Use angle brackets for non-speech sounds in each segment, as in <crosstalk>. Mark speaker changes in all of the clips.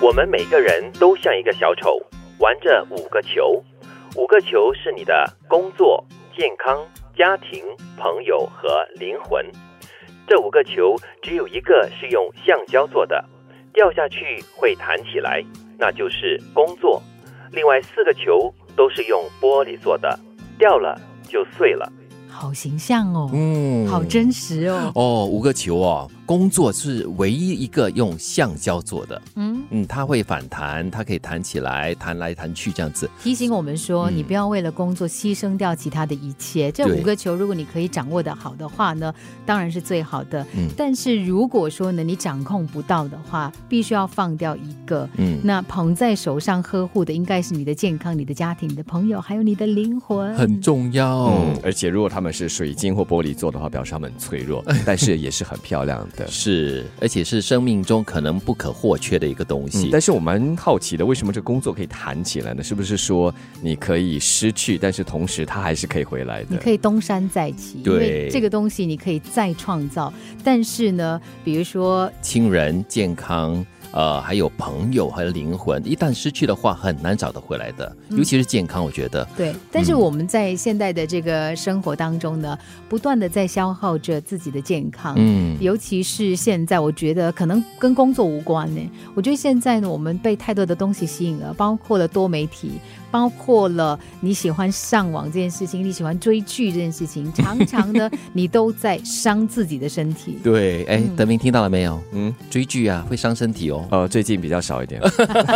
Speaker 1: 我们每个人都像一个小丑，玩着五个球。五个球是你的工作、健康、家庭、朋友和灵魂。这五个球只有一个是用橡胶做的，掉下去会弹起来，那就是工作。另外四个球都是用玻璃做的，掉了就碎了。
Speaker 2: 好形象哦，
Speaker 3: 嗯
Speaker 2: 好真实哦。
Speaker 3: 哦，五个球哦，工作是唯一一个用橡胶做的，
Speaker 2: 嗯，
Speaker 3: 嗯，它会反弹，它可以弹起来，弹来弹去这样子，
Speaker 2: 提醒我们说，
Speaker 3: 嗯
Speaker 2: 你不要为了工作牺牲掉其他的一切。这
Speaker 3: 对
Speaker 2: 五个球，如果你可以掌握的好的话呢，当然是最好的。
Speaker 3: 嗯
Speaker 2: 但是如果说呢，你掌控不到的话，必须要放掉一个。
Speaker 3: 嗯，
Speaker 2: 那捧在手上呵护的应该是你的健康、你的家庭、你的朋友，还有你的灵魂。
Speaker 3: 很重要。
Speaker 4: 嗯，而且如果他们是水晶或玻璃做的话，表示他们很脆弱，但是也是很漂
Speaker 3: <laughs>
Speaker 4: 亮的。嗯
Speaker 3: 是，而且是生命中可能不可或缺的一个东
Speaker 4: 嗯
Speaker 3: 西。
Speaker 4: 但是我蛮好奇的，为什么这工作可以弹起来呢？是不是说你可以失去，但是同时它还是可以回来
Speaker 2: 你
Speaker 4: 的？
Speaker 2: 可以东山再起，因为
Speaker 3: 对
Speaker 2: 这个东西你可以再创造。但是呢，比如说
Speaker 3: 亲人、健康，呃，还有朋友和灵魂，一旦失去的话，很难找得回来的。尤其是健康，我觉得，
Speaker 2: 对，但是我们在现代的这个生活当中呢，不断的在消耗着自己的健康。
Speaker 3: 嗯，
Speaker 2: 尤其是现在，我觉得可能跟工作无关呢。我觉得现在呢，我们被太多的东西吸引了，包括了多媒体，包括了你喜欢上网这件事情，你喜欢追剧这件事情，常常呢，你都在伤自己的身体。
Speaker 3: 对，哎，
Speaker 2: 嗯
Speaker 3: 德明听到了没有？
Speaker 4: 嗯，
Speaker 3: 追剧啊，会伤身体哦。
Speaker 4: 呃，最近比较少一点， <laughs>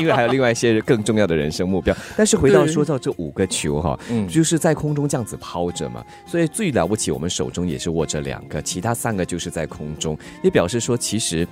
Speaker 4: 因为还有另外一些更重要的人生目标。但是回到
Speaker 3: 对
Speaker 4: 说到这五个球哈，
Speaker 3: 嗯
Speaker 4: 就是在空中这样子抛着嘛，所以最了不起，我们手中也是握着两个，其他三个就是在空中，也表示说其实。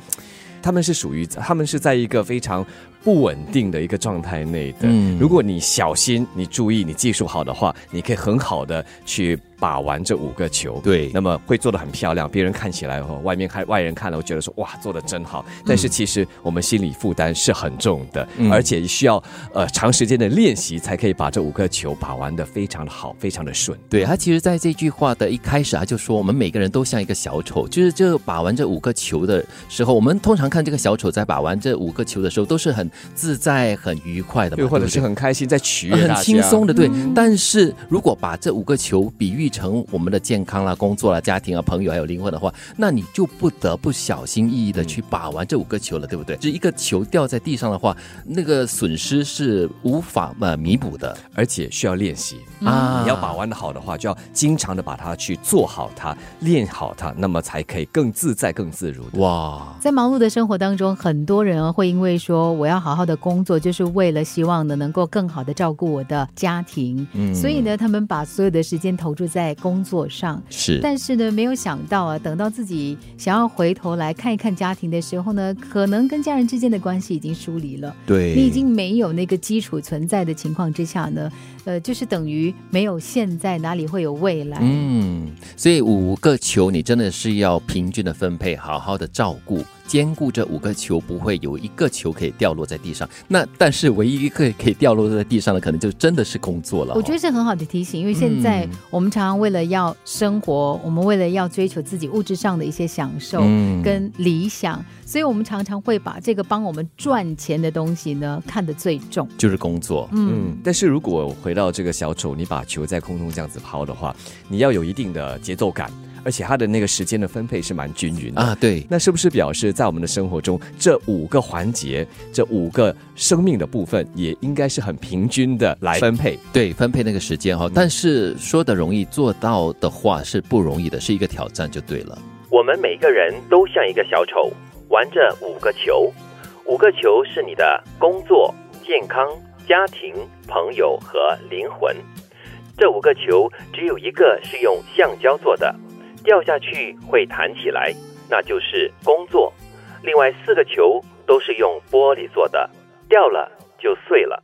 Speaker 4: 他们是属于，他们是在一个非常不稳定的一个状态内的。
Speaker 3: 嗯
Speaker 4: 如果你小心、你注意、你技术好的话，你可以很好的去把玩这五个球。
Speaker 3: 对
Speaker 4: 那么会做的很漂亮，别人看起来哦，外面看外人看了会觉得说哇做的真好，但是其实我们心理负担是很重的，
Speaker 3: 嗯
Speaker 4: 而且需要呃长时间的练习才可以把这五个球把玩的非常的好，非常的顺。
Speaker 3: 对他其实，在这句话的一开始，他就说我们每个人都像一个小丑，就是这把玩这五个球的时候，我们通常看这个小丑在把玩这五个球的时候，都是很自在、很愉快的嘛，
Speaker 4: 对，或者
Speaker 3: 不
Speaker 4: 是很开心，在取悦
Speaker 3: 呃很
Speaker 4: 大家
Speaker 3: 轻松的，对。但是如果把这五个球比喻成我们的健康啦、工作啦、家庭啊、朋友还有灵魂的话，那你就不得不小心翼翼的
Speaker 4: 嗯
Speaker 3: 去把玩这五个球了，对不对？就一个球掉在地上的话，那个损失是无法呃弥补的
Speaker 4: 而且需要练习。
Speaker 3: 啊
Speaker 4: 你嗯要把玩的好的话，就要经常的把它去做好它，练好它，那么才可以更自在、更自如的。
Speaker 3: 哇，
Speaker 2: 在忙碌的生活当中，很多人啊会因为说我要好好的工作，就是为了希望呢能够更好的照顾我的家庭，
Speaker 3: 嗯
Speaker 2: 所以呢，他们把所有的时间投注在工作上。
Speaker 3: 是
Speaker 2: 但是呢，没有想到啊，等到自己想要回头来看一看家庭的时候呢，可能跟家人之间的关系已经疏离了，
Speaker 3: 对
Speaker 2: 你已经没有那个基础存在的情况之下呢，呃，就是等于没有现在，哪里会有未来？
Speaker 3: 嗯，所以五个球你真的是要平均的分配，好好的照顾，兼顾这五个球，不会有一个球可以掉落在地上。那但是唯一一个可以掉落在地上的，可能就真的是工作了哦、
Speaker 2: 我觉得是很好的提醒，因为现在
Speaker 3: 嗯
Speaker 2: 我们常常为了要生活，我们为了要追求自己物质上的一些享受
Speaker 3: 嗯
Speaker 2: 跟理想，所以我们常常会把这个帮我们赚钱的东西呢看得最重。
Speaker 3: 就是工作，
Speaker 2: 嗯，
Speaker 4: 嗯，但是如果回到这个小丑，你把球在空中这样子抛的话，你要有一定的节奏感，而且它的那个时间的分配是蛮均匀的。
Speaker 3: 啊，对，
Speaker 4: 那是不是表示在我们的生活中，这五个环节、这五个生命的部分，也应该是很平均的来分配？
Speaker 3: 对，分配那个时间哈、哦。但是说的容易，做到的话是不容易的，是一个挑战就对了。
Speaker 1: 我们每个人都像一个小丑，玩着五个球。五个球是你的工作、健康、家庭、朋友和灵魂。这五个球只有一个是用橡胶做的，掉下去会弹起来，那就是工作。另外四个球都是用玻璃做的，掉了就碎了。